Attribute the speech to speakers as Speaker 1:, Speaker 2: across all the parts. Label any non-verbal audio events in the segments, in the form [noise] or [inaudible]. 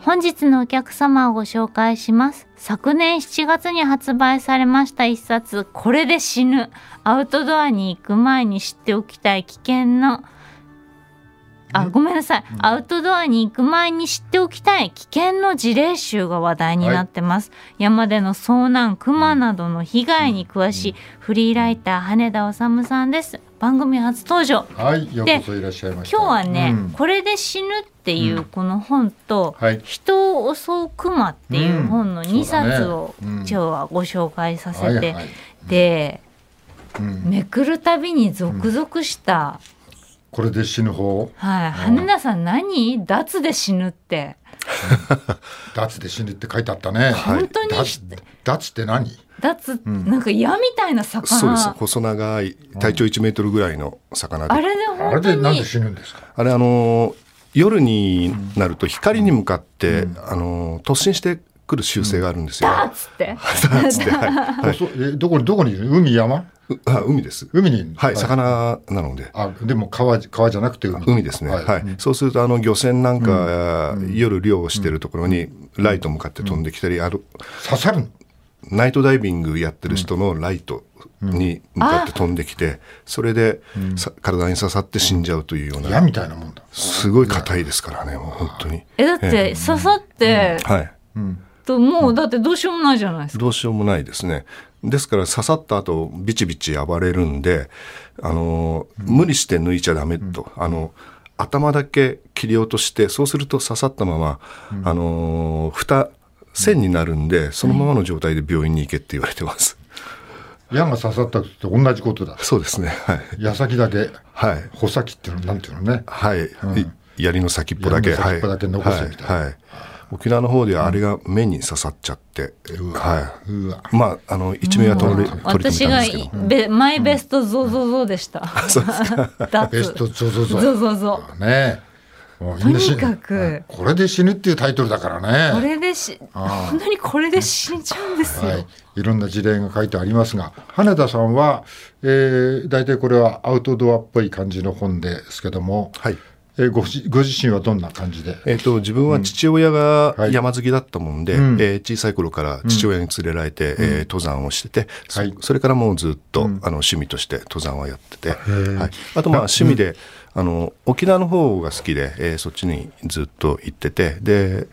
Speaker 1: 本日のお客様をご紹介します。昨年7月に発売されました一冊、これで死ぬ。アウトドアに行く前に知っておきたい危険の、あ、ごめんなさい。アウトドアに行く前に知っておきたい危険の事例集が話題になってます。山での遭難、熊などの被害に詳しいフリーライター羽田修さんです。番組初登場。
Speaker 2: はい、ようこそいらっしゃいました。
Speaker 1: 今日はね、
Speaker 2: うん
Speaker 1: これで死ぬっていうこの本と、
Speaker 2: はい
Speaker 1: 人を襲う熊っていう本の
Speaker 2: うん
Speaker 1: 2冊を
Speaker 2: そうだねうん
Speaker 1: 今日はご紹介させて、
Speaker 2: はいはい
Speaker 1: で、
Speaker 2: うん
Speaker 1: めくるたびに続々した、
Speaker 2: これで死ぬ方、
Speaker 1: はい、羽田さん何脱で死ぬって
Speaker 2: 脱で死ぬって書いてあったね。
Speaker 3: はい
Speaker 1: 本当に
Speaker 2: 脱脱って何？
Speaker 1: 脱、なんか矢みたいな魚
Speaker 3: そうです細長い体長1メートルぐらいの魚で、
Speaker 1: あれで
Speaker 2: あれ
Speaker 1: 本当
Speaker 2: でなん
Speaker 1: に
Speaker 2: で死ぬんですか？
Speaker 3: あれあのー夜になると光に向かって、あのー突進してくる習性があるんですよ。
Speaker 1: ダーッつ
Speaker 2: [laughs]
Speaker 1: って
Speaker 3: つってはいは
Speaker 2: あそうえどこどこにいる？海山？
Speaker 3: いう [laughs] あ海です。
Speaker 2: 海にいるの？
Speaker 3: はい魚なので。
Speaker 2: あでも川川じゃなくて海。
Speaker 3: 海ですね、はい
Speaker 2: うん
Speaker 3: そうするとあの漁船なんか、夜漁をしてるところにライト向かって飛んできたり、あの
Speaker 2: 刺さるの。
Speaker 3: ナイトダイビングやってる人のライトに向かって飛んできて、それで、さ体に刺さって死んじゃうというよう
Speaker 2: 矢
Speaker 3: な
Speaker 2: みたいなもんだ。
Speaker 3: すごい硬いですからねもう本当に
Speaker 1: [laughs] えだって刺さって、
Speaker 3: はい
Speaker 1: ともうだってどうしようもないじゃないですか、
Speaker 3: どうしようもないですねですから刺さった後ビチビチ暴れるんであのー無理して抜いちゃダメと、あの頭だけ切り落としてそうすると刺さったまま、あのー蓋線になるんでそのままの状態で病院に行けって言われてます、
Speaker 2: 矢が刺さった時と同じことだ。
Speaker 3: [laughs] そうですねはい
Speaker 2: 矢先だけ、
Speaker 3: はい
Speaker 2: 穂先っていうのなんていうのね。
Speaker 3: はい、い槍の先っぽだけ
Speaker 2: 槍の先っぽだけ残
Speaker 3: は
Speaker 2: す
Speaker 3: い
Speaker 2: みたいな
Speaker 3: はいはい沖縄の方ではあれが目に刺さっちゃって、はい、
Speaker 2: うわ。
Speaker 3: まああの一命は取り取り留めたんです
Speaker 1: 私
Speaker 3: けど
Speaker 1: がいべマイベストゾゾゾで
Speaker 3: [laughs]
Speaker 1: した。脱
Speaker 2: ベストゾゾゾ。
Speaker 1: ゾゾゾ。
Speaker 2: ねえ。もう
Speaker 1: と
Speaker 2: みんな死
Speaker 1: に
Speaker 2: ぬ
Speaker 1: かく
Speaker 2: これで死ぬっていうタイトルだからね。
Speaker 1: これでし
Speaker 2: ああ
Speaker 1: 本当にこれで死んじゃうんです
Speaker 3: [laughs]
Speaker 1: よ。
Speaker 2: はい、いろんな事例が書いてありますが羽田さんは、えー、大体これはアウトドアっぽい感じの本ですけども、
Speaker 3: はい
Speaker 2: えーごじご自身はどんな感じで
Speaker 3: えー、と自分は父親が
Speaker 2: はい
Speaker 3: 山好きだったもんで、
Speaker 2: ん
Speaker 3: えー小さい頃から父親に連れられて、えー登山をしてて、そ
Speaker 2: はい
Speaker 3: それからもうずっと、あの趣味として登山はやってて、はい、あとまあ趣味で、あの沖縄の方が好きで、えーそっちにずっと行っててで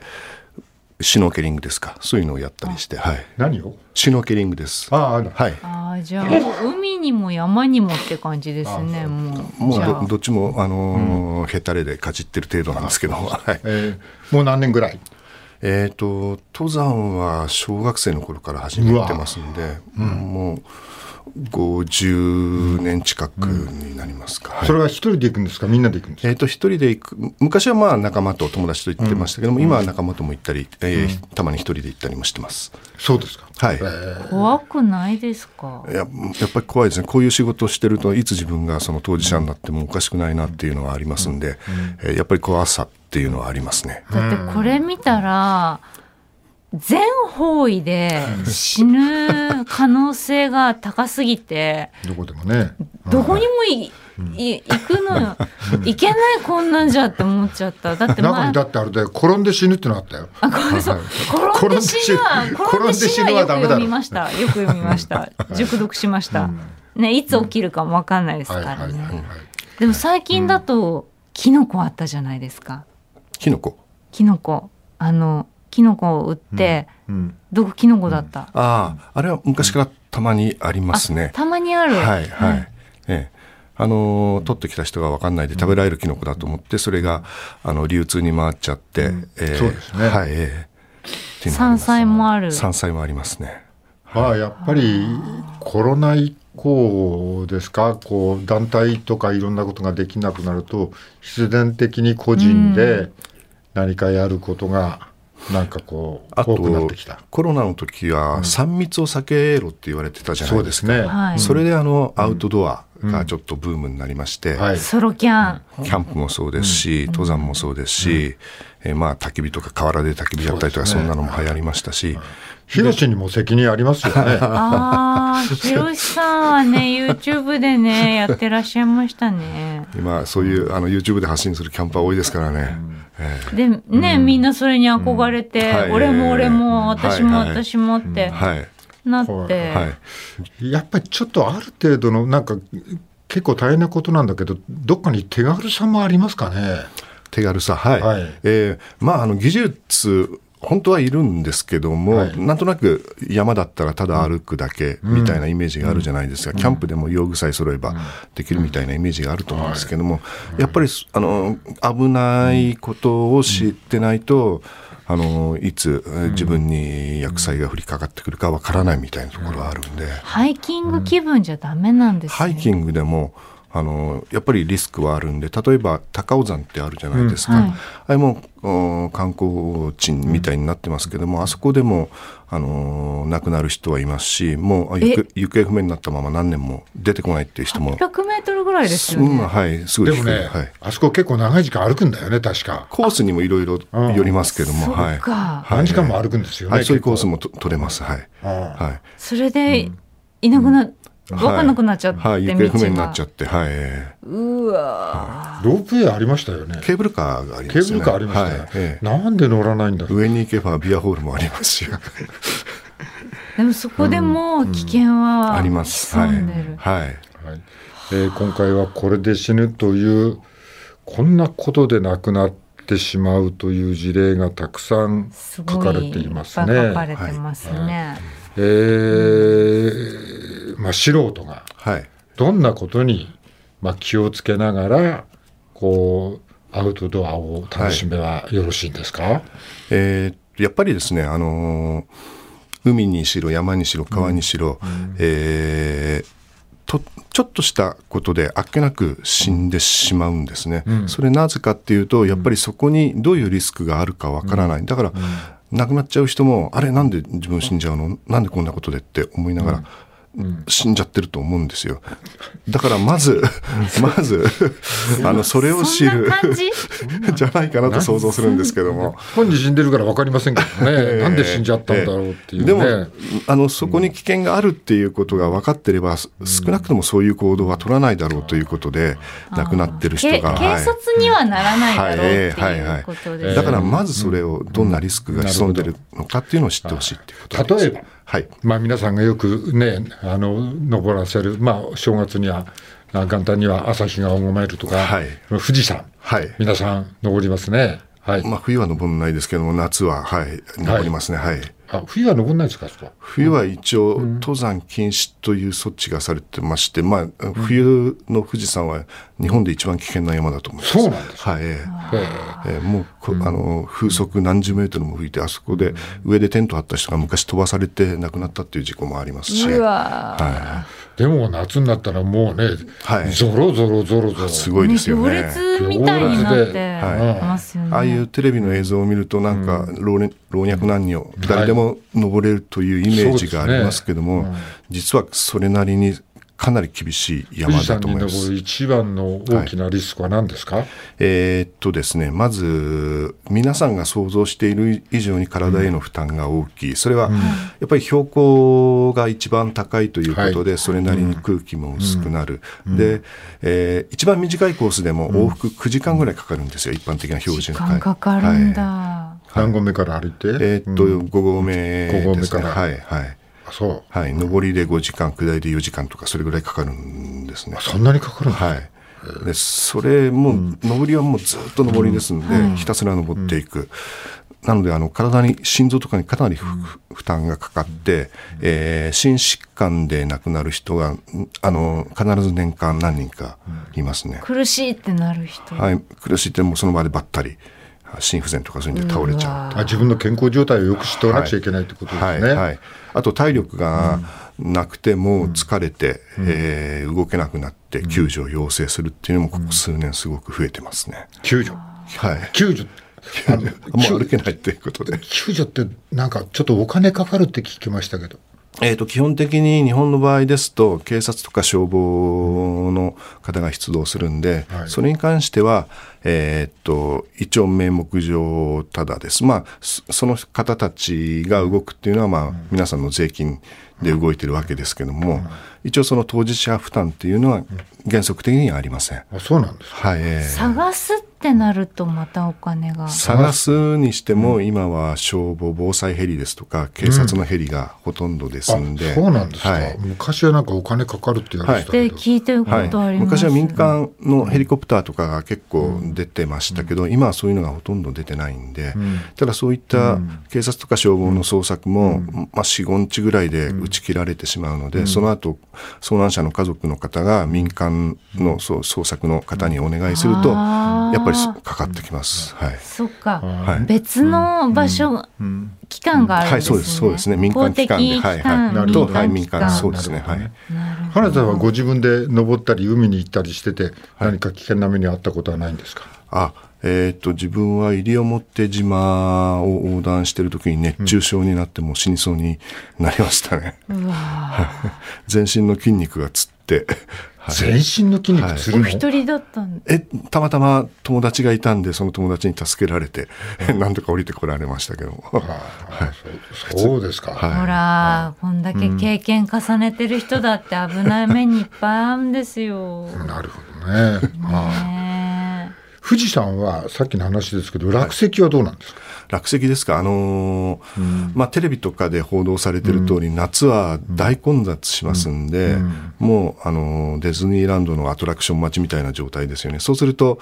Speaker 3: シュノーケリングですかそういうのをやったりして、はい、
Speaker 2: 何を
Speaker 3: シュノーケリングです。
Speaker 2: あああの
Speaker 3: はい
Speaker 1: ああじゃあもう海にも山にもって感じですねもう。
Speaker 3: もう
Speaker 1: じゃ
Speaker 3: ど
Speaker 1: あ
Speaker 3: どっちも、あのーヘタレでかじってる程度なんですけども、はい、
Speaker 2: えーもう何年ぐらい
Speaker 3: えー、と登山は小学生の頃から始めてますんで、もう50年近くになりますか、はい
Speaker 2: それは一人で行くんですかみんなで行くんですか
Speaker 3: えー、と一人で行く昔はまあ仲間と友達と行ってましたけども、今は仲間とも行ったり、えーたまに一人で行ったりもしてます
Speaker 2: そうですか
Speaker 3: はい、
Speaker 1: 怖くないですか。
Speaker 3: いややっぱり怖いですねこういう仕事をしてるといつ自分がその当事者になってもおかしくないなっていうのはありますんで、えーやっぱり怖さっていうのはありますね、
Speaker 1: だってこれ見たら全方位で死ぬ可能性が高すぎて。
Speaker 2: どこでもね
Speaker 1: どこにもい、い行くのよ行けないこんなんじゃって思っちゃっただって
Speaker 2: 中
Speaker 1: 前
Speaker 2: にだってあれで転んで死ぬってのあったよ
Speaker 1: 転んで死ぬは転
Speaker 2: 転
Speaker 1: ん
Speaker 2: ん
Speaker 1: で
Speaker 2: で
Speaker 1: 死
Speaker 2: 死
Speaker 1: ぬ
Speaker 2: ぬ
Speaker 1: は
Speaker 2: は
Speaker 1: よく
Speaker 2: ダメ
Speaker 1: 読
Speaker 2: だろ
Speaker 1: みましたよく読みま
Speaker 2: [laughs]
Speaker 1: した熟読しましたねいつ起きるかもわかんないですか
Speaker 2: はいはい
Speaker 1: ら
Speaker 2: はいはい
Speaker 1: ねでも最近だとキノコあったじゃないですか
Speaker 3: キノコ
Speaker 1: キノコあのキノコを売って
Speaker 2: うん
Speaker 1: 毒キノコだった
Speaker 3: あああれは昔からたまにありますね、
Speaker 1: たまにある
Speaker 3: はいはい、ええあのー取ってきた人が分かんないで食べられるキノコだと思ってそれがあの流通に回っちゃって、ええ
Speaker 2: そうですね
Speaker 3: はい、ええっていうのがあり
Speaker 1: 山
Speaker 3: ます
Speaker 1: 菜もある
Speaker 3: 山菜もありますね
Speaker 2: まあやっぱりコロナ以降ですかこう団体とかいろんなことができなくなると必然的に個人で何かやることがなんかこう
Speaker 3: あ
Speaker 2: 多くなっ
Speaker 3: と
Speaker 2: てきた
Speaker 3: コロナの時は3密を避けろって言われてたじゃな
Speaker 2: そ
Speaker 3: いうで
Speaker 2: ですす
Speaker 3: か、
Speaker 2: ね、
Speaker 1: はい
Speaker 3: それであのアウトドアがちょっとブームになりまして、
Speaker 2: はい
Speaker 1: ソロキャン。
Speaker 3: キャンプもそうですし、登山もそうですし、えーまあ焚き火とか河原で焚き火やったりとかそ,、
Speaker 2: そうですね
Speaker 3: んなのも流行りましたし、
Speaker 2: 広しにも責任ありますよね
Speaker 1: ああ、ひろしさんは
Speaker 3: [laughs]
Speaker 1: ね、YouTube でね、やってらっしゃいましたね。
Speaker 3: 今そういうあの YouTube で発信するキャンパー多いですからね、え
Speaker 1: で、ね、みんなそれに憧れて、
Speaker 3: はい
Speaker 1: 俺も俺も、
Speaker 3: はい
Speaker 1: 私も
Speaker 3: はい
Speaker 1: 私もって
Speaker 3: ーはい
Speaker 1: なっ
Speaker 2: は
Speaker 1: て。
Speaker 3: はい
Speaker 2: [laughs] やっぱりちょっとある程度のなんか結構大変なことなんだけどどっかに手軽さもありますかね
Speaker 3: 手軽さはい、
Speaker 2: はい
Speaker 3: えーまああの技術本当はいるんですけども、
Speaker 2: はい
Speaker 3: なんとなく山だったらただ歩くだけみたいなイメージがあるじゃないですか、キャンプでも用具さえ揃えばできるみたいなイメージがあると思うんですけども、やっぱりすあの危ないことを知ってないと、あのいつえー自分に薬剤が降りかかってくるかわからないみたいなところがあるんで、
Speaker 1: ハイキング気分じゃダメなんです
Speaker 3: ハ
Speaker 1: ね。
Speaker 3: イキングでもあのやっぱりリスクはあるんで例えば高尾山ってあるじゃないですか、
Speaker 1: うんはい
Speaker 3: あれもお観光地みたいになってますけども、あそこでもあの亡くなる人はいますしもうあ行く行方不明になったまま何年も出てこないっていう人も、
Speaker 1: 600メートルぐらいですよ
Speaker 3: うん
Speaker 1: ね。
Speaker 3: はい、すごい
Speaker 2: で
Speaker 3: 低い
Speaker 2: もね、
Speaker 3: はい、
Speaker 2: あそこ結構長い時間歩くんだよね確か、
Speaker 3: コースにもいろいろよりますけども、
Speaker 1: そ
Speaker 3: は
Speaker 1: っ
Speaker 3: い
Speaker 1: か、
Speaker 3: はい
Speaker 2: 何時間も歩くんですよね、
Speaker 3: はい、そういう
Speaker 2: 結構
Speaker 3: コースもと取れますはい、
Speaker 2: ああ
Speaker 3: はい
Speaker 1: それで、いなくな、わかんなくなっちゃって、
Speaker 3: はいはい、行方不明になっちゃ
Speaker 1: っ
Speaker 3: って、はいえ
Speaker 1: た。うわ
Speaker 2: ロープウェイありましたよね
Speaker 3: ーケーブルカーがありま
Speaker 2: ケ
Speaker 3: す
Speaker 2: ーブ
Speaker 3: よね
Speaker 2: ルカーありましたよ、
Speaker 3: はいええ
Speaker 2: なんで乗らないんだろう
Speaker 3: 上に行けばビアホールもありますし
Speaker 1: ーでもそこでもう危険は
Speaker 3: あります。
Speaker 1: 潜んでる。
Speaker 3: はい。
Speaker 2: はいえー今回はこれで死ぬというこんなことで亡くなってしまうという事例がたくさん
Speaker 1: す
Speaker 2: 書
Speaker 1: ごい
Speaker 2: かれていますね。
Speaker 1: いっぱい書かれてますね。
Speaker 2: えーまあ、素人が
Speaker 3: はい。
Speaker 2: どんなことに、まあ、気をつけながらこうアウトドアを楽しめばよろしいんですか、
Speaker 3: えーやっぱりですね、あのー海にしろ、山にしろ、川にしろ、えーとちょっとしたことであっけなく死んでしまうんですね、それなぜかっていうとやっぱりそこにどういうリスクがあるかわからない、だから、亡くなっちゃう人もあれなんで自分死んじゃうのなんでこんなことでって思いながら、死んじゃってると思うんですよだからまずま [laughs] ずあのそれを知
Speaker 1: そん
Speaker 3: る
Speaker 1: な感じ
Speaker 3: [laughs] じゃないかなと想像するんですけども。
Speaker 2: 本人死んでるから分かりませんけどね、
Speaker 3: [laughs] えー
Speaker 2: なんで死んじゃったんだろうっていうね。
Speaker 3: でもあのそこに危険があるっていうことが分かってれば、す少なくともそういう行動は取らないだろうということで、亡くなってる人
Speaker 1: け
Speaker 3: が。
Speaker 1: 軽率
Speaker 3: はい
Speaker 1: にはならないだろうって
Speaker 3: はい
Speaker 1: い
Speaker 3: は
Speaker 1: う
Speaker 3: い
Speaker 1: こと
Speaker 3: は
Speaker 1: で
Speaker 3: い
Speaker 1: す
Speaker 3: だ
Speaker 1: ね。
Speaker 3: からまずそれをどんなリスクが潜んでるのかっていうのを知ってほしいっていうことです
Speaker 2: 例えば
Speaker 3: はい
Speaker 2: まあ、皆さんがよくね、あの登らせる、まあ、正月には、あ元旦には朝日が拝めるとか、
Speaker 3: はい
Speaker 2: 富士山、
Speaker 3: はい
Speaker 2: 皆さん登りますね。はい
Speaker 3: まあ、冬は登らないですけども夏ははい登りますねはい、
Speaker 2: あ冬は登んないんですか、そこは
Speaker 3: 冬は一応登山禁止という措置がされてまして、まあ、冬の富士山は日本で一番危険な山だと思います。
Speaker 2: そうなんです
Speaker 3: はい、ええ
Speaker 2: え
Speaker 3: えーもうこ、あの風速何十メートルも吹いてあそこで上でテント張った人が昔飛ばされて亡くなったっていう事故もありますし
Speaker 1: うわー
Speaker 2: えでも夏になったらもうね、
Speaker 3: はい
Speaker 2: ぞろぞろぞろぞろ。
Speaker 3: すごいですよ
Speaker 1: 行
Speaker 3: ね
Speaker 1: 列みたいになって
Speaker 3: はい
Speaker 1: ますよね。
Speaker 3: ああいうテレビの映像を見るとなんか老,、老若男女誰でも登れるというイメージがありますけども、実はそれなりにかなり厳しい
Speaker 2: 富
Speaker 3: 山
Speaker 2: 士
Speaker 3: だ
Speaker 2: 山
Speaker 3: と
Speaker 2: に
Speaker 3: 思いま
Speaker 2: 登
Speaker 3: す
Speaker 2: る。一番の大きなリスクは何ですか、
Speaker 3: えーっとですね、まず、皆さんが想像している以上に体への負担が大きい。それは、やっぱり標高が一番高いということで、それなりに空気も薄くなる。で、えー一番短いコースでも往復9時間ぐらいかかるんですよ、一般的な標
Speaker 1: 時
Speaker 3: 準
Speaker 1: 間かかるんだ。
Speaker 3: はい
Speaker 2: 何合目から歩いて、
Speaker 3: えーっと、5合目ですね。
Speaker 2: 五合目から
Speaker 3: はい、はい。
Speaker 2: あそう
Speaker 3: はい。上りで5時間、下りで4時間とか、それぐらいかかるんですね。
Speaker 2: そんなにかかるんですか、
Speaker 3: はい。でそれも、上りはもうずっと上りですので、ひたすら登っていく。なので、あの、体に、心臓とかにかなりふ負担がかかって、えー心疾患で亡くなる人が、んあの、必ず年間何人かいますね。
Speaker 1: 苦しいってなる人。
Speaker 3: はい。苦しいってもうその場でばったり、心不全とかそういうんで倒れちゃうと。
Speaker 2: あ自分の健康状態をよく知っておかなくちゃいけないってことですね。
Speaker 3: はいはい、あと体力がなくても疲れて、えー動けなくなって救助を要請するっていうのもここ数年すごく増えてますね。
Speaker 2: 救助
Speaker 3: はい
Speaker 2: 救助あの
Speaker 3: [laughs] もう歩けないっていうことで。
Speaker 2: 救助ってなんかちょっとお金かかるって聞きましたけど。
Speaker 3: えー、と基本的に日本の場合ですと警察とか消防の方が出動するんで、
Speaker 2: はい
Speaker 3: それに関しては、えー、と一応名目上ただです、まあ、そその方たちが動くっていうのは、まあ皆さんの税金で動いてるわけですけども、一応その当事者負担っていうのは原則的にはありません。
Speaker 2: あ、そうなんですか。
Speaker 3: はいえー
Speaker 1: 探すってなるとまたお金が。
Speaker 3: 探すにしても、今は消防防災ヘリですとか警察のヘリがほとんどで
Speaker 2: あ、
Speaker 3: す
Speaker 2: そ
Speaker 3: んで、
Speaker 2: うなんですか、
Speaker 3: はい
Speaker 2: 昔はなんかお金かかるって言われて
Speaker 1: ったて
Speaker 2: けど。
Speaker 1: 聞いてることあ
Speaker 3: は
Speaker 1: ります、
Speaker 3: い、昔は民間のヘリコプターとかが結構出てましたけど、今はそういうのがほとんど出てないんで、
Speaker 2: ん
Speaker 3: ただそういった警察とか消防の捜索も、まあ、45日ぐらいで打ち切られてしまうので、その後遭難者の家族の方が民間のそう捜索の方にお願いすると、
Speaker 1: あー
Speaker 3: やっぱりそかかってきます。はい
Speaker 1: そっか、
Speaker 3: はい
Speaker 1: 別の場所、
Speaker 2: うん
Speaker 1: 機関があるん
Speaker 3: はい、
Speaker 1: です
Speaker 3: そ
Speaker 1: ね、
Speaker 3: うです、そうですね、民間機関で、
Speaker 1: 公的機
Speaker 3: はい、
Speaker 1: 関
Speaker 3: は
Speaker 2: 民
Speaker 3: い、
Speaker 2: 間
Speaker 3: と、
Speaker 2: 機
Speaker 3: はい、民間、そうです
Speaker 2: なる
Speaker 3: ね、
Speaker 2: ほ
Speaker 3: は
Speaker 2: どね
Speaker 3: い。
Speaker 1: なるほ
Speaker 2: 原田さんはご自分で登ったり海に行ったりしてて、何か危険な目に遭ったことはないんですか、
Speaker 3: あえーっと自分は西表島を横断してる時に熱中症になってもう死にそうになりました
Speaker 1: [laughs]
Speaker 3: ね、
Speaker 1: どうわ
Speaker 3: 全身の筋肉がつって、はい
Speaker 2: 全身の筋肉つ
Speaker 1: ー
Speaker 2: る
Speaker 1: お
Speaker 2: の、
Speaker 1: 一人だったん
Speaker 3: えたまたま友達がいたんでその友達に助けられて [laughs] なんとか降りてこられましたけども
Speaker 2: あそうそうですか、
Speaker 3: はい
Speaker 1: ほら、こんだけ経験重ねてる人だって危ない目にいっぱいあるんですよ。
Speaker 2: なるほどね、ああ
Speaker 1: ねえ
Speaker 2: 富士山はさっきの話ですけど落石はどうなんですか、
Speaker 3: 落石ですかあのーまあテレビとかで報道されてる通り、夏は大混雑しますんで、もうあのーディズニーランドのアトラクション待ちみたいな状態ですよねそうすると、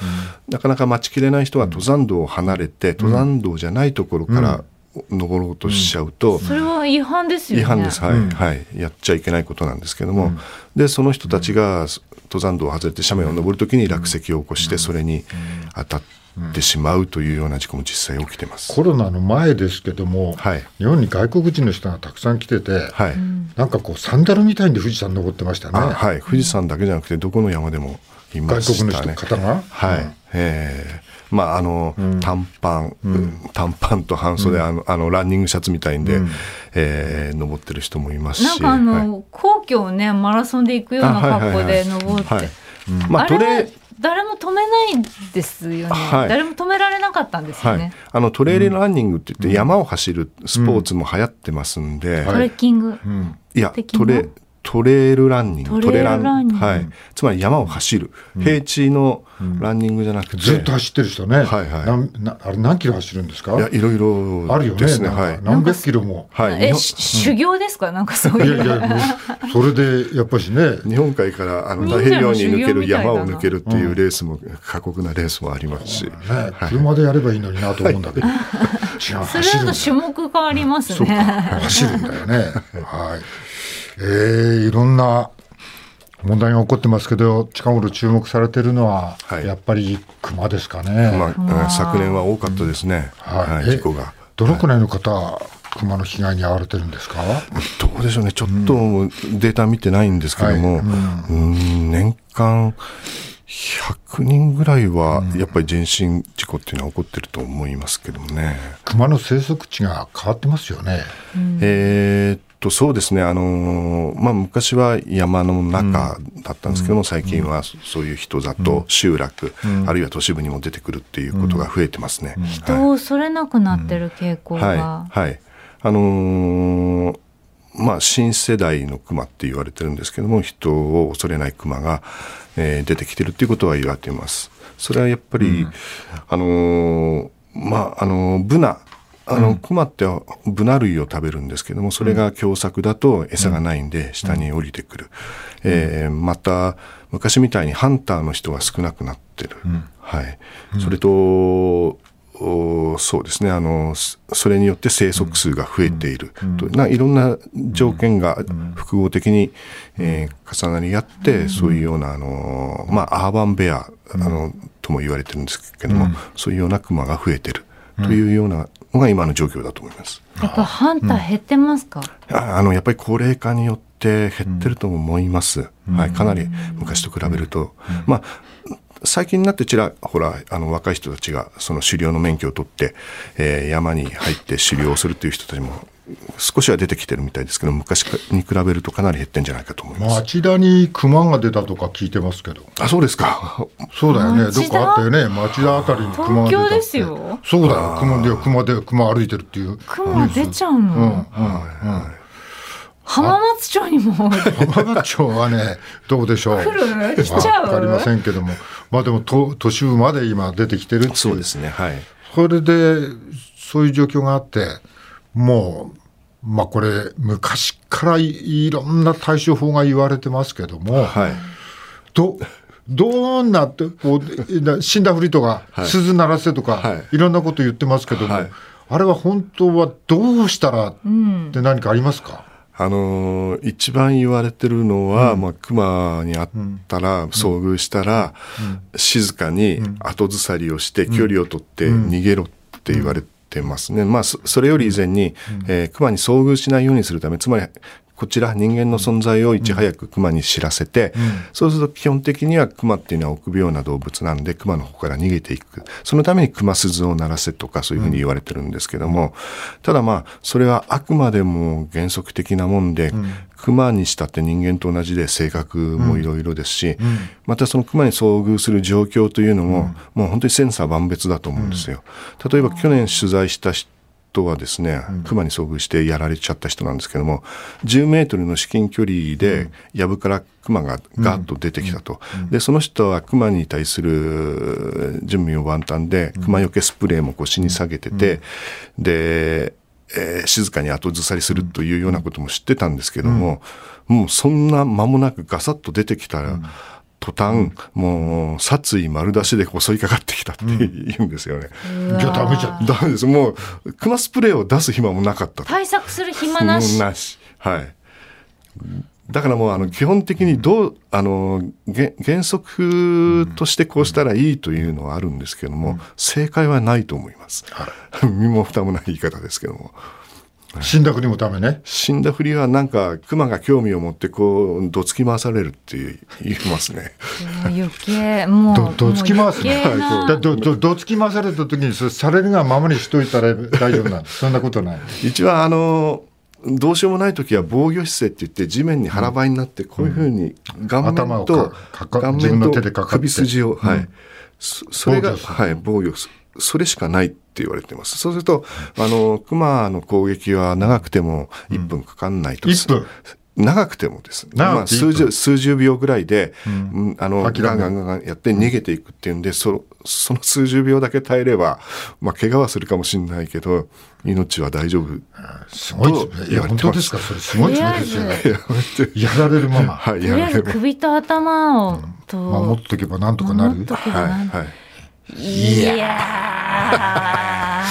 Speaker 3: なかなか待ちきれない人は登山道を離れて、登山道じゃないところから登ろうとしちゃうと、
Speaker 1: それは違反ですよね。
Speaker 3: 違反です、はいはい、やっちゃいけないことなんですけども、でその人たちが登山道を外れて斜面を登るときに落石を起こして、それに当たってしまうというような事故も実際起きてます。
Speaker 2: コロナの前ですけども、
Speaker 3: はい
Speaker 2: 日本に外国人の人がたくさん来てて、
Speaker 3: はい、
Speaker 2: なんかこうサンダルみたいに富士山登ってましたね、
Speaker 3: あはい、富士山だけじゃなくてどこの山でもいま
Speaker 2: 外
Speaker 3: し
Speaker 2: 国の
Speaker 3: た
Speaker 2: 人、
Speaker 3: ね。
Speaker 2: 方が、
Speaker 3: はい、えーまああの、短パン、短パンと半袖、あのあのランニングシャツみたいんで、えー登ってる人もいますし、
Speaker 1: なんかあ
Speaker 3: はい
Speaker 1: の、皇居をねマラソンで行くような格好で登って、
Speaker 3: あはいはいはいはいまあ
Speaker 1: あ
Speaker 3: ト
Speaker 1: れ
Speaker 3: レ
Speaker 1: は誰も止めないですよね、
Speaker 3: はい
Speaker 1: 誰も止められなかったんですよ
Speaker 3: は
Speaker 1: ね、
Speaker 3: い、あのトレイルランニングって言って山を走るスポーツも流行ってますんで、
Speaker 1: トレッキング、
Speaker 2: うん
Speaker 3: いや
Speaker 1: 的な
Speaker 3: トレトレイルランニング
Speaker 1: トレイルランニング
Speaker 3: はい、つまり山を走る、平地のランニングじゃなくて、
Speaker 2: ずっと走ってる人ね、
Speaker 3: はいはい
Speaker 2: なんなあれ何キロ走るんですか
Speaker 3: いやいろいろ
Speaker 2: あるよね
Speaker 3: ですね
Speaker 2: なんか
Speaker 3: はい
Speaker 2: 何百キロも。
Speaker 3: はい日
Speaker 1: え
Speaker 3: 本
Speaker 1: し修行ですかなんかそう
Speaker 2: い
Speaker 1: い
Speaker 2: や
Speaker 1: う
Speaker 2: いや、もうそれでやっぱし
Speaker 3: [laughs]
Speaker 2: ね、
Speaker 3: 日本海からあの
Speaker 1: 忍
Speaker 3: 太
Speaker 1: 者
Speaker 3: 平洋
Speaker 1: の
Speaker 3: に
Speaker 1: 修
Speaker 3: 抜け
Speaker 1: 行
Speaker 3: る
Speaker 1: みたいだな
Speaker 3: 山を抜けるっていうレースも過酷なレースもありますし、
Speaker 2: ね、車でやればいいのになと思うんだけど、違う、
Speaker 1: それ
Speaker 2: 走るん
Speaker 1: だ
Speaker 2: だ
Speaker 1: と種目変わります
Speaker 2: そうか、
Speaker 1: ね
Speaker 2: 走るんだよね。はい。えー、いろんな問題が起こってますけど、近頃注目されてるのは、
Speaker 3: はい
Speaker 2: やっぱり熊ですかね。
Speaker 3: まあ、昨年は多かったですね、
Speaker 2: は
Speaker 3: はいい、事故が。
Speaker 2: どのくらいの方、熊の被害に遭われてるんですか。
Speaker 3: どうでしょうね、ちょっとデータ見てないんですけども、
Speaker 2: はいう
Speaker 3: ーん年間100人ぐらいは、やっぱり人身事故っていうのは起こってると思いますけどもね。
Speaker 2: 熊の生息地が変わってますよね。
Speaker 3: えーっと、そうですね、あのーまあ、昔は山の中だったんですけども、最近はそそういう人里、集落、あるいは都市部にも出てくるっていうことが増えてますね。はい
Speaker 1: 人を恐れなくなってる傾向が、
Speaker 3: はい、はい、あのーまあ新世代のクマって言われてるんですけども人を恐れないクマが、えー出てきてるっていうことは言われていますそれはやっぱり、あのーまああのーブナあの、クマってブナ類を食べるんですけども、それが凶作だと餌がないんで下に降りてくる。えーまた、昔みたいにハンターの人が少なくなってる。はい。それと、おそうですねあのそそれによって生息数が増えていると、ないろんな条件が複合的に、えー重なり合って、そういうようなあの、まあ、アーバンベア、あのとも言われてるんですけども、そういうようなクマが増えてるというようなのが今の状況だと思います。
Speaker 1: やっぱハンター減ってますか、
Speaker 3: ああのやっぱり高齢化によって減ってると思います、はい、かなり昔と比べると、まあ最近になってちらほらあの若い人たちがその狩猟の免許を取って、えー山に入って狩猟をするという人たちも少しは出てきてるみたいですけど昔に比べるとかなり減ってんじゃないかと思います。
Speaker 2: 町田に熊が出たとか聞いてますけど。
Speaker 3: あそうですか
Speaker 2: そうだよね。ど
Speaker 1: 町田
Speaker 2: こあったよね。町田あたりに熊が
Speaker 1: 東
Speaker 2: 出たっ
Speaker 1: 京
Speaker 2: て。
Speaker 1: です。よ。
Speaker 2: そうだよ。熊で、熊で、熊歩いてるっていう。
Speaker 1: 雲出ちゃう
Speaker 2: うん、うん、う
Speaker 1: の。
Speaker 2: ん。
Speaker 1: 浜松町にも
Speaker 2: 浜松町は [laughs] ね、どうでしょう。
Speaker 1: 来る来ちゃう
Speaker 2: わかりませんけども。まあでも、と都市部まで今出てきてるっていう
Speaker 3: そうですねはい
Speaker 2: それで、そういう状況があって、もう、まあこれ、昔からいいろんな対処法が言われてますけども、
Speaker 3: はい
Speaker 2: ど、どんなって、こう、な死んだふりとか、
Speaker 3: はい
Speaker 2: 鈴鳴らせとか、、
Speaker 3: はい
Speaker 2: ろんなこと言ってますけども、
Speaker 3: はい
Speaker 2: あれは本当はどうしたらっ
Speaker 1: うん
Speaker 2: て何かありますか、
Speaker 3: あのー一番言われてるのは、まあ、熊に会ったら、遭遇したら、静かに後ずさりをして、距離を取って逃げろって言われてますね。まあ、そそれより以前に、えー熊に遭遇しないようにするため、つまり、こちら人間の存在をいち早く熊に知らせて、そうすると基本的には熊っていうのは臆病な動物なんで熊の方から逃げていくそのために熊鈴を鳴らせとかそういうふうに言われてるんですけども、ただまあそれはあくまでも原則的なもんで、熊にしたって人間と同じで性格もいろいろですし、またその熊に遭遇する状況というのも、もう本当に千差万別だと思うんですよ。例えば去年取材した人人はですね、熊に遭遇してやられちゃった人なんですけども、10メートルの至近距離で、やぶから熊がガッと出てきたと。で、その人は熊に対する準備を万端で、熊よけスプレーも腰に下げてて、で、えー静かに後ずさりするというようなことも知ってたんですけども、もうそんな間もなくガサッと出てきたら、途端、もう、殺意丸出しで襲いかかってきたって言うんですよね。
Speaker 2: じゃあダメじゃん。
Speaker 3: [laughs] ダメです。もう、クマスプレーを出す暇もなかった。
Speaker 1: 対策する暇なし
Speaker 3: もう。なし。はい。だからもう、あの、基本的にどう、あの、げ原則としてこうしたらいいというのはあるんですけども、正解はないと思います。 [laughs] 身も蓋もない言い方ですけども。
Speaker 2: 死んだふりもダメね。
Speaker 3: 死んだふりはなんか、クマが興味を持って、こう、どつき回されるって言いますね。
Speaker 1: もう余計もう
Speaker 2: ど、どつき回す
Speaker 1: もう
Speaker 2: ね
Speaker 1: 余計な。
Speaker 2: だど、ど、どつき回された時に、それされるがままにしといたら大丈夫なんです。そんなことない。
Speaker 3: 一番あのどうしようもない時は防御姿勢って言って地面に腹ばいになってこういうふうに顔面
Speaker 2: 頭を
Speaker 3: と
Speaker 2: かかか
Speaker 3: 顔
Speaker 2: 自分
Speaker 3: 面
Speaker 2: の
Speaker 3: と
Speaker 2: 手でかかって
Speaker 3: 首筋をは
Speaker 2: う
Speaker 3: い
Speaker 2: ん
Speaker 3: そそれ
Speaker 2: 防
Speaker 3: が
Speaker 2: 御する
Speaker 3: はい防御すそれしかないって言われてますそうするとあのクマの攻撃は長くても1分かかんないと
Speaker 2: 1分。
Speaker 3: 長くてもです、
Speaker 2: 長くて
Speaker 3: まあ、数
Speaker 2: 1
Speaker 3: 十
Speaker 2: 分
Speaker 3: 数十秒ぐらいで、うんあのガン
Speaker 2: 諦める
Speaker 3: ガンガンガンやって逃げていくっていうんでそその数十秒だけ耐えれば、まあ、怪我はするかもしれないけど命は大丈夫
Speaker 2: すごいですね。いや、本当ですか。それすごい爪ですよね。 [laughs] やられるまま。
Speaker 3: はい、
Speaker 1: と
Speaker 3: や
Speaker 1: りあえ
Speaker 3: め
Speaker 1: ず
Speaker 3: ます
Speaker 1: 首と頭をと
Speaker 2: 守っとけばなんとかな
Speaker 1: 守っ
Speaker 2: る
Speaker 1: と。く
Speaker 3: はい、
Speaker 1: な
Speaker 3: はい。
Speaker 1: いや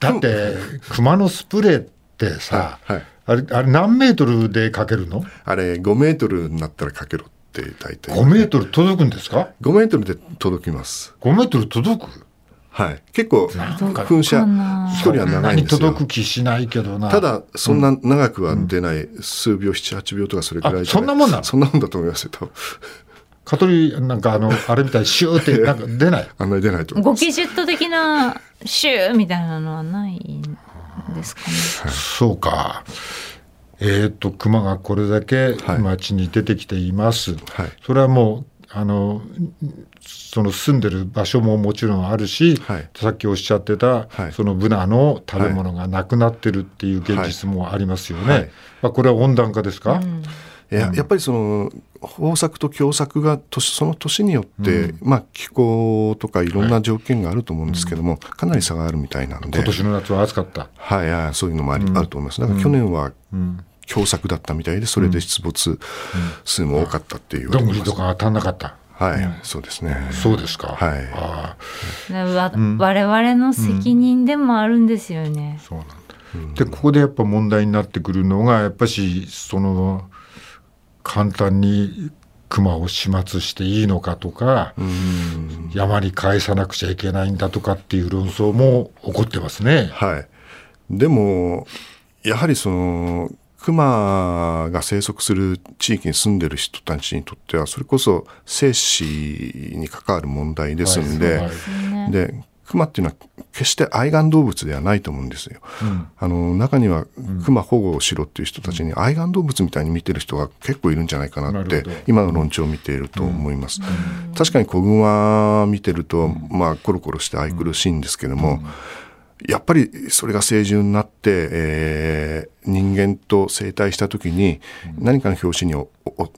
Speaker 2: だって、熊のスプレーってさ、
Speaker 3: はいはい
Speaker 2: あれ、あれ何メートルでかけるの
Speaker 3: あれ、5メートルになったらかけろって大体。
Speaker 2: ?5 メートル届くんですか
Speaker 3: 5メートルで届きます。
Speaker 2: ?5 メートル届く
Speaker 3: はい。結構、
Speaker 2: なんか
Speaker 3: 噴射、
Speaker 1: かな
Speaker 3: 飛距離は長いんです
Speaker 2: そなに
Speaker 3: よ。
Speaker 2: 届く気しないけどな。
Speaker 3: た、だ、そんな長くは出ない、数秒、7、8秒とかそれくらいじゃい
Speaker 2: あそんなもんなの
Speaker 3: そんなもんだと思いますよ、多分。
Speaker 2: カトリなんかあの、あれみたいにシューってなんか出ない。
Speaker 3: あんなに出ないと
Speaker 2: [laughs]
Speaker 1: ー
Speaker 3: 思い
Speaker 1: ゴ
Speaker 3: ます。
Speaker 1: キジェット的なシューみたいなのはないんですかね。
Speaker 2: そうか。えっ、と、熊がこれだけ
Speaker 3: はい
Speaker 2: 町に出てきています。
Speaker 3: はい
Speaker 2: それはもう、あの、その住んでる場所ももちろんあるし、
Speaker 3: はい
Speaker 2: さっきおっしゃってた、
Speaker 3: はい
Speaker 2: そのブナの食べ物がなくなってるっていう現実もありますよね。
Speaker 3: はい
Speaker 2: まあ、これは温暖化ですか、
Speaker 3: いややっぱりその豊作と凶作が年その年によって、まあ、気候とかいろんな条件があると思うんですけども、かなり差があるみたいなんで
Speaker 2: 今年の夏は暑かった。
Speaker 3: はいはい、そういうのもあり、あると思います。だから去年は、共作だったみたいで、それで出没数も多かったっていう。
Speaker 2: どんぐりと。か当たんなかった。
Speaker 3: はい、そうですね。
Speaker 2: そうですか。
Speaker 3: はい
Speaker 2: ああ
Speaker 1: でわ我々の責任でもあるんですよね。
Speaker 2: そうなんだ。でここでやっぱ問題になってくるのがやっぱしその簡単に熊を始末していいのかとか、山に返さなくちゃいけないんだとかっていう論争も起こってますね。
Speaker 3: はい。でも、やはりその、クマが生息する地域に住んでる人たちにとってはそれこそ生死に関わる問題ですんで、
Speaker 2: はい
Speaker 1: ね
Speaker 3: でクマっていうのは決して愛玩動物ではないと思うんですよ。
Speaker 2: うん
Speaker 3: あの中にはクマ保護をしろっていう人たちに愛玩動物みたいに見てる人が結構いるんじゃないかなっ
Speaker 2: なる
Speaker 3: て
Speaker 2: ほど
Speaker 3: 今の論調を見ていると思います。確かに子グマ見てるとまあコロコロして愛くるしいんですけどもやっぱりそれが成獣になって、えー人間と生体した時に何かの拍子におお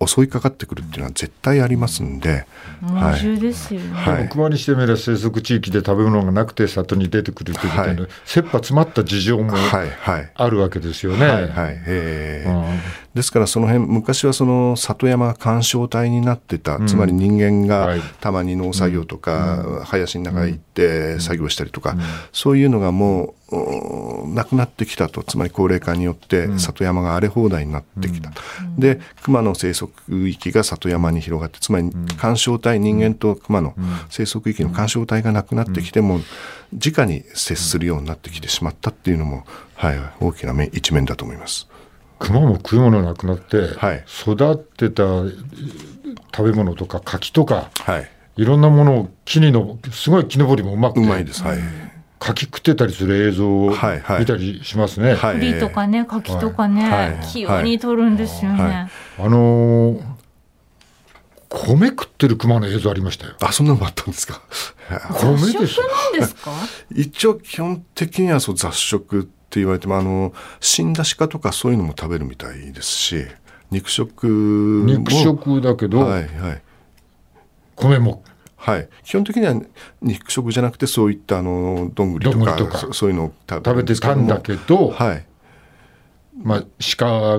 Speaker 3: お襲いかかってくるっていうのは絶対ありますんで、
Speaker 1: 猛獣ですよね。
Speaker 3: はい
Speaker 2: でも熊にしてみれば生息地域で食べ物がなくて里に出てくるということで、
Speaker 3: は
Speaker 2: 切羽詰まった事情も
Speaker 3: はいはい
Speaker 2: あるわけですよね。
Speaker 3: はいはいえー
Speaker 2: うん
Speaker 3: ですからその辺昔はその里山が干渉帯になってた、
Speaker 2: ん
Speaker 3: つまり人間
Speaker 2: は
Speaker 3: が
Speaker 2: い
Speaker 3: たまに農作業とか、林の中へ行って作業したりとか、そういうのがもううんなくなってきたとつまり高齢化によって里山が荒れ放題になってきた、で熊の生息域が里山に広がってつまり干渉帯人間と熊の生息域の干渉帯がなくなってきてもう直に接するようになってきてしまったっていうのも、はい、大きな面一面だと思います。
Speaker 2: 熊も食い物なくなって、
Speaker 3: はい
Speaker 2: 育ってたえー食べ物とか柿とか
Speaker 3: はい
Speaker 2: いろんなものを木にのすごい木登りもうまく
Speaker 3: う
Speaker 2: て
Speaker 3: まいです。はい。
Speaker 2: 柿食ってたりする映像を
Speaker 3: はいはい
Speaker 2: 見たりしますね。
Speaker 3: はい。
Speaker 1: 栗とかね、柿とかね、
Speaker 3: はい
Speaker 1: 器用に取るんですよね。
Speaker 3: は
Speaker 2: あのー米食ってる熊の映像ありましたよ。
Speaker 3: あ、そんなのもあったんですか。
Speaker 2: 米
Speaker 1: 雑食
Speaker 2: ですよ。
Speaker 1: なんですか？
Speaker 3: 一応基本的にはそう雑食って言われても、あの、死んだ鹿とかそういうのも食べるみたいですし、肉食も。
Speaker 2: 肉食だけど、
Speaker 3: はいはい。
Speaker 2: 米も
Speaker 3: はい、基本的には肉食じゃなくてそういったあのどんぐりとか
Speaker 2: どんぐりとか
Speaker 3: そそういうのを食
Speaker 2: 食
Speaker 3: べる
Speaker 2: べ
Speaker 3: んで
Speaker 2: て
Speaker 3: すけど
Speaker 2: た
Speaker 3: も
Speaker 2: んだけど、
Speaker 3: はい
Speaker 2: まあ、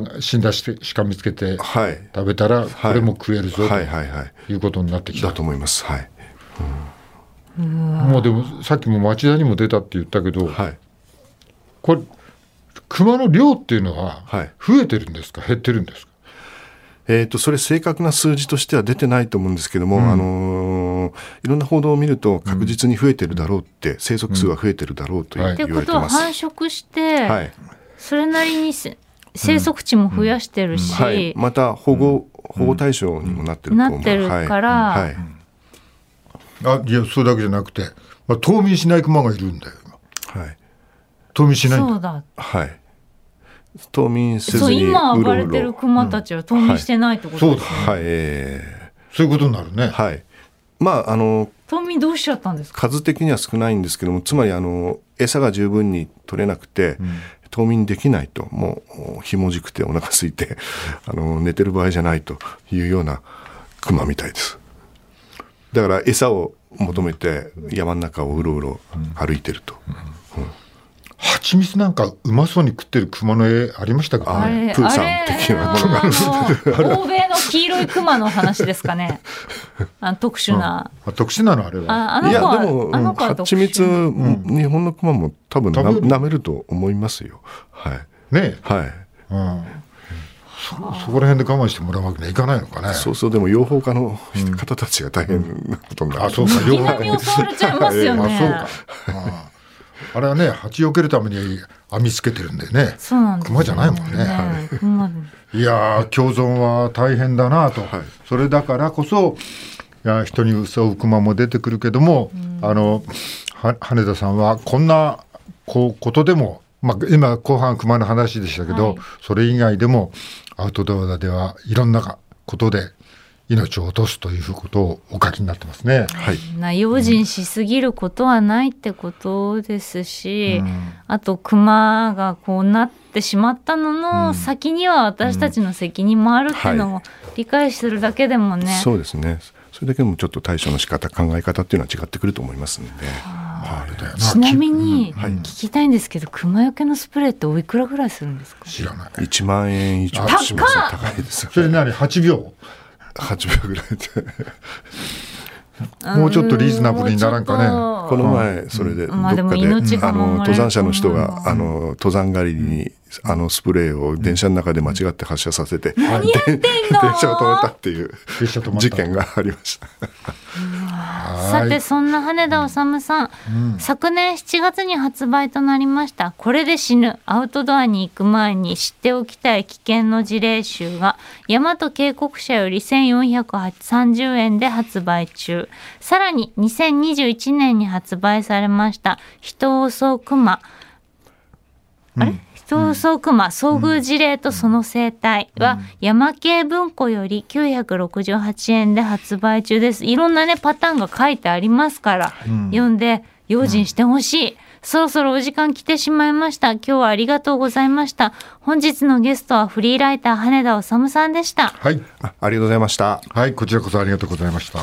Speaker 2: 鹿死んだして鹿見つけて
Speaker 3: はい
Speaker 2: 食べたら
Speaker 3: はい
Speaker 2: これも食えるぞ
Speaker 3: はいはいはい
Speaker 2: ということになってきた、
Speaker 3: だと思いますはい
Speaker 2: もうでもさっきも町田にも出たって言ったけど、
Speaker 3: はい
Speaker 2: これ熊の量っていうのは
Speaker 3: はい
Speaker 2: 増えてるんですか減ってるんですか
Speaker 3: えー、とそれ正確な数字としては出てないと思うんですけども、あのーいろんな報道を見ると確実に増えてるだろうって、生息数は増えてるだろうと言,、
Speaker 2: うんはい
Speaker 1: って
Speaker 3: 言
Speaker 1: こ
Speaker 3: われて
Speaker 1: とは
Speaker 3: ます。
Speaker 1: 繁殖して、
Speaker 3: はい
Speaker 1: それなりにせ生息地も増やしてるし、
Speaker 3: はい、また保護、保護対象にもなってると思う、
Speaker 1: なってるから
Speaker 3: はいはい
Speaker 2: あいやそれだけじゃなくて、まあ、冬眠しない熊がいるんだよ今
Speaker 3: はい
Speaker 2: 冬眠しないんだ
Speaker 1: そうだ。
Speaker 3: はい冬眠せ
Speaker 1: そ
Speaker 3: ず
Speaker 1: う
Speaker 3: に
Speaker 1: 今
Speaker 3: う
Speaker 1: 暴
Speaker 3: ろ
Speaker 1: れ
Speaker 3: う
Speaker 1: てる
Speaker 3: ろ
Speaker 1: クマたちは冬眠してないってこと
Speaker 2: そう
Speaker 1: です
Speaker 2: だ
Speaker 1: か、
Speaker 3: はいえ
Speaker 2: そういうことになるね、
Speaker 3: ーはいまああの
Speaker 1: 冬眠どうしちゃったんですか？
Speaker 3: 数的には少ないんですけどもつまりあの餌が十分に取れなくて、冬眠できないともうひもじくてお腹空いて [laughs] あの寝てる場合じゃないというようなクマみたいですだから餌を求めて山の中をうろうろ歩いてると、
Speaker 2: 蜂蜜なんかうまそうに食ってる熊の絵ありましたけど
Speaker 1: あ
Speaker 2: ね
Speaker 1: れ、
Speaker 3: プー
Speaker 1: あ
Speaker 3: さん
Speaker 1: れ、
Speaker 3: 的なものが
Speaker 1: あの、欧米の黄色いクマの話ですか
Speaker 3: [laughs]
Speaker 1: ね。あの特殊な。
Speaker 2: あ特殊なのあれは
Speaker 1: ああの
Speaker 3: い
Speaker 1: 子
Speaker 3: や
Speaker 1: は
Speaker 3: でも、
Speaker 1: あ
Speaker 3: うん
Speaker 1: の子は特
Speaker 3: 蜂
Speaker 1: 殊
Speaker 3: 蜜、日本のクマも多分な
Speaker 2: 食べる
Speaker 3: 舐めると思いますよはい
Speaker 2: ね
Speaker 3: はい
Speaker 2: え、うん、そそこら辺で我慢してもらうわけにはいかないのかね
Speaker 3: そうそうでも養蜂家の方たちが大変なことになる、
Speaker 2: あそうか
Speaker 1: いきなり襲われちゃいますよね。
Speaker 2: あそうか、うんあれはね蜂よけるために網つけてるんでね
Speaker 1: そうなんですよ、
Speaker 2: 熊じゃないもんね
Speaker 1: ね熊
Speaker 2: いやー共存は大変だなと、
Speaker 3: はい
Speaker 2: それだからこそいや人に襲う熊も出てくるけども、あのは羽田さんはこんなこことでも、まあ、今後半熊の話でしたけど、
Speaker 1: はい
Speaker 2: それ以外でもアウトドアではいろんなことで命を落とすということをお書きになってますね。
Speaker 3: はい
Speaker 1: な用心しすぎることはないってことですし、あと熊がこうなってしまったのの先には私たちの責任もあるっていうのを理解するだけでもね、
Speaker 3: そうですね。それだけでもちょっと対処の仕方、考え方っていうのは違ってくると思いますので。はい
Speaker 2: まあ
Speaker 1: ちなみに
Speaker 3: はい
Speaker 1: 聞きたいんですけど、熊よけのスプレーっておいくらぐらいするんですか
Speaker 2: 知らない
Speaker 3: 1万円以上
Speaker 1: 高っ
Speaker 3: しますね高いですよ
Speaker 2: それ何8秒
Speaker 3: 8秒ぐらいで [laughs]
Speaker 2: もうちょっとリーズナブルにならんかね
Speaker 1: もうちょ
Speaker 3: こ
Speaker 1: っと
Speaker 3: の前それでどっ
Speaker 1: まあ
Speaker 3: かで,、
Speaker 1: でも命が
Speaker 3: あの
Speaker 1: 守られる
Speaker 3: 登山者の人が
Speaker 1: うん
Speaker 3: あの登山狩りにあのスプレーを電車の中で間違って発射させて、
Speaker 1: 何
Speaker 2: [laughs]
Speaker 1: やってんの
Speaker 3: 電車を止めたっていう
Speaker 1: [laughs]
Speaker 2: 電車止まった
Speaker 3: 事件がありました
Speaker 1: さてそんな羽田修さん、昨年7月に発売となりました「これで死ぬアウトドアに行く前に知っておきたい危険の事例集」が大和警告社より1430円で発売中さらに2021年に発売されました「人を襲う熊」あれ人を襲う熊遭遇事例とその生態は山系文庫より968円で発売中です。いろんなねパターンが書いてありますから、読んで用心してほしい。そろそろお時間来てしまいました。今日はありがとうございました。本日のゲストはフリーライター羽田修さんでした。
Speaker 2: はい、
Speaker 3: あありがとうございました。
Speaker 2: はい、こちらこそありがとうございました。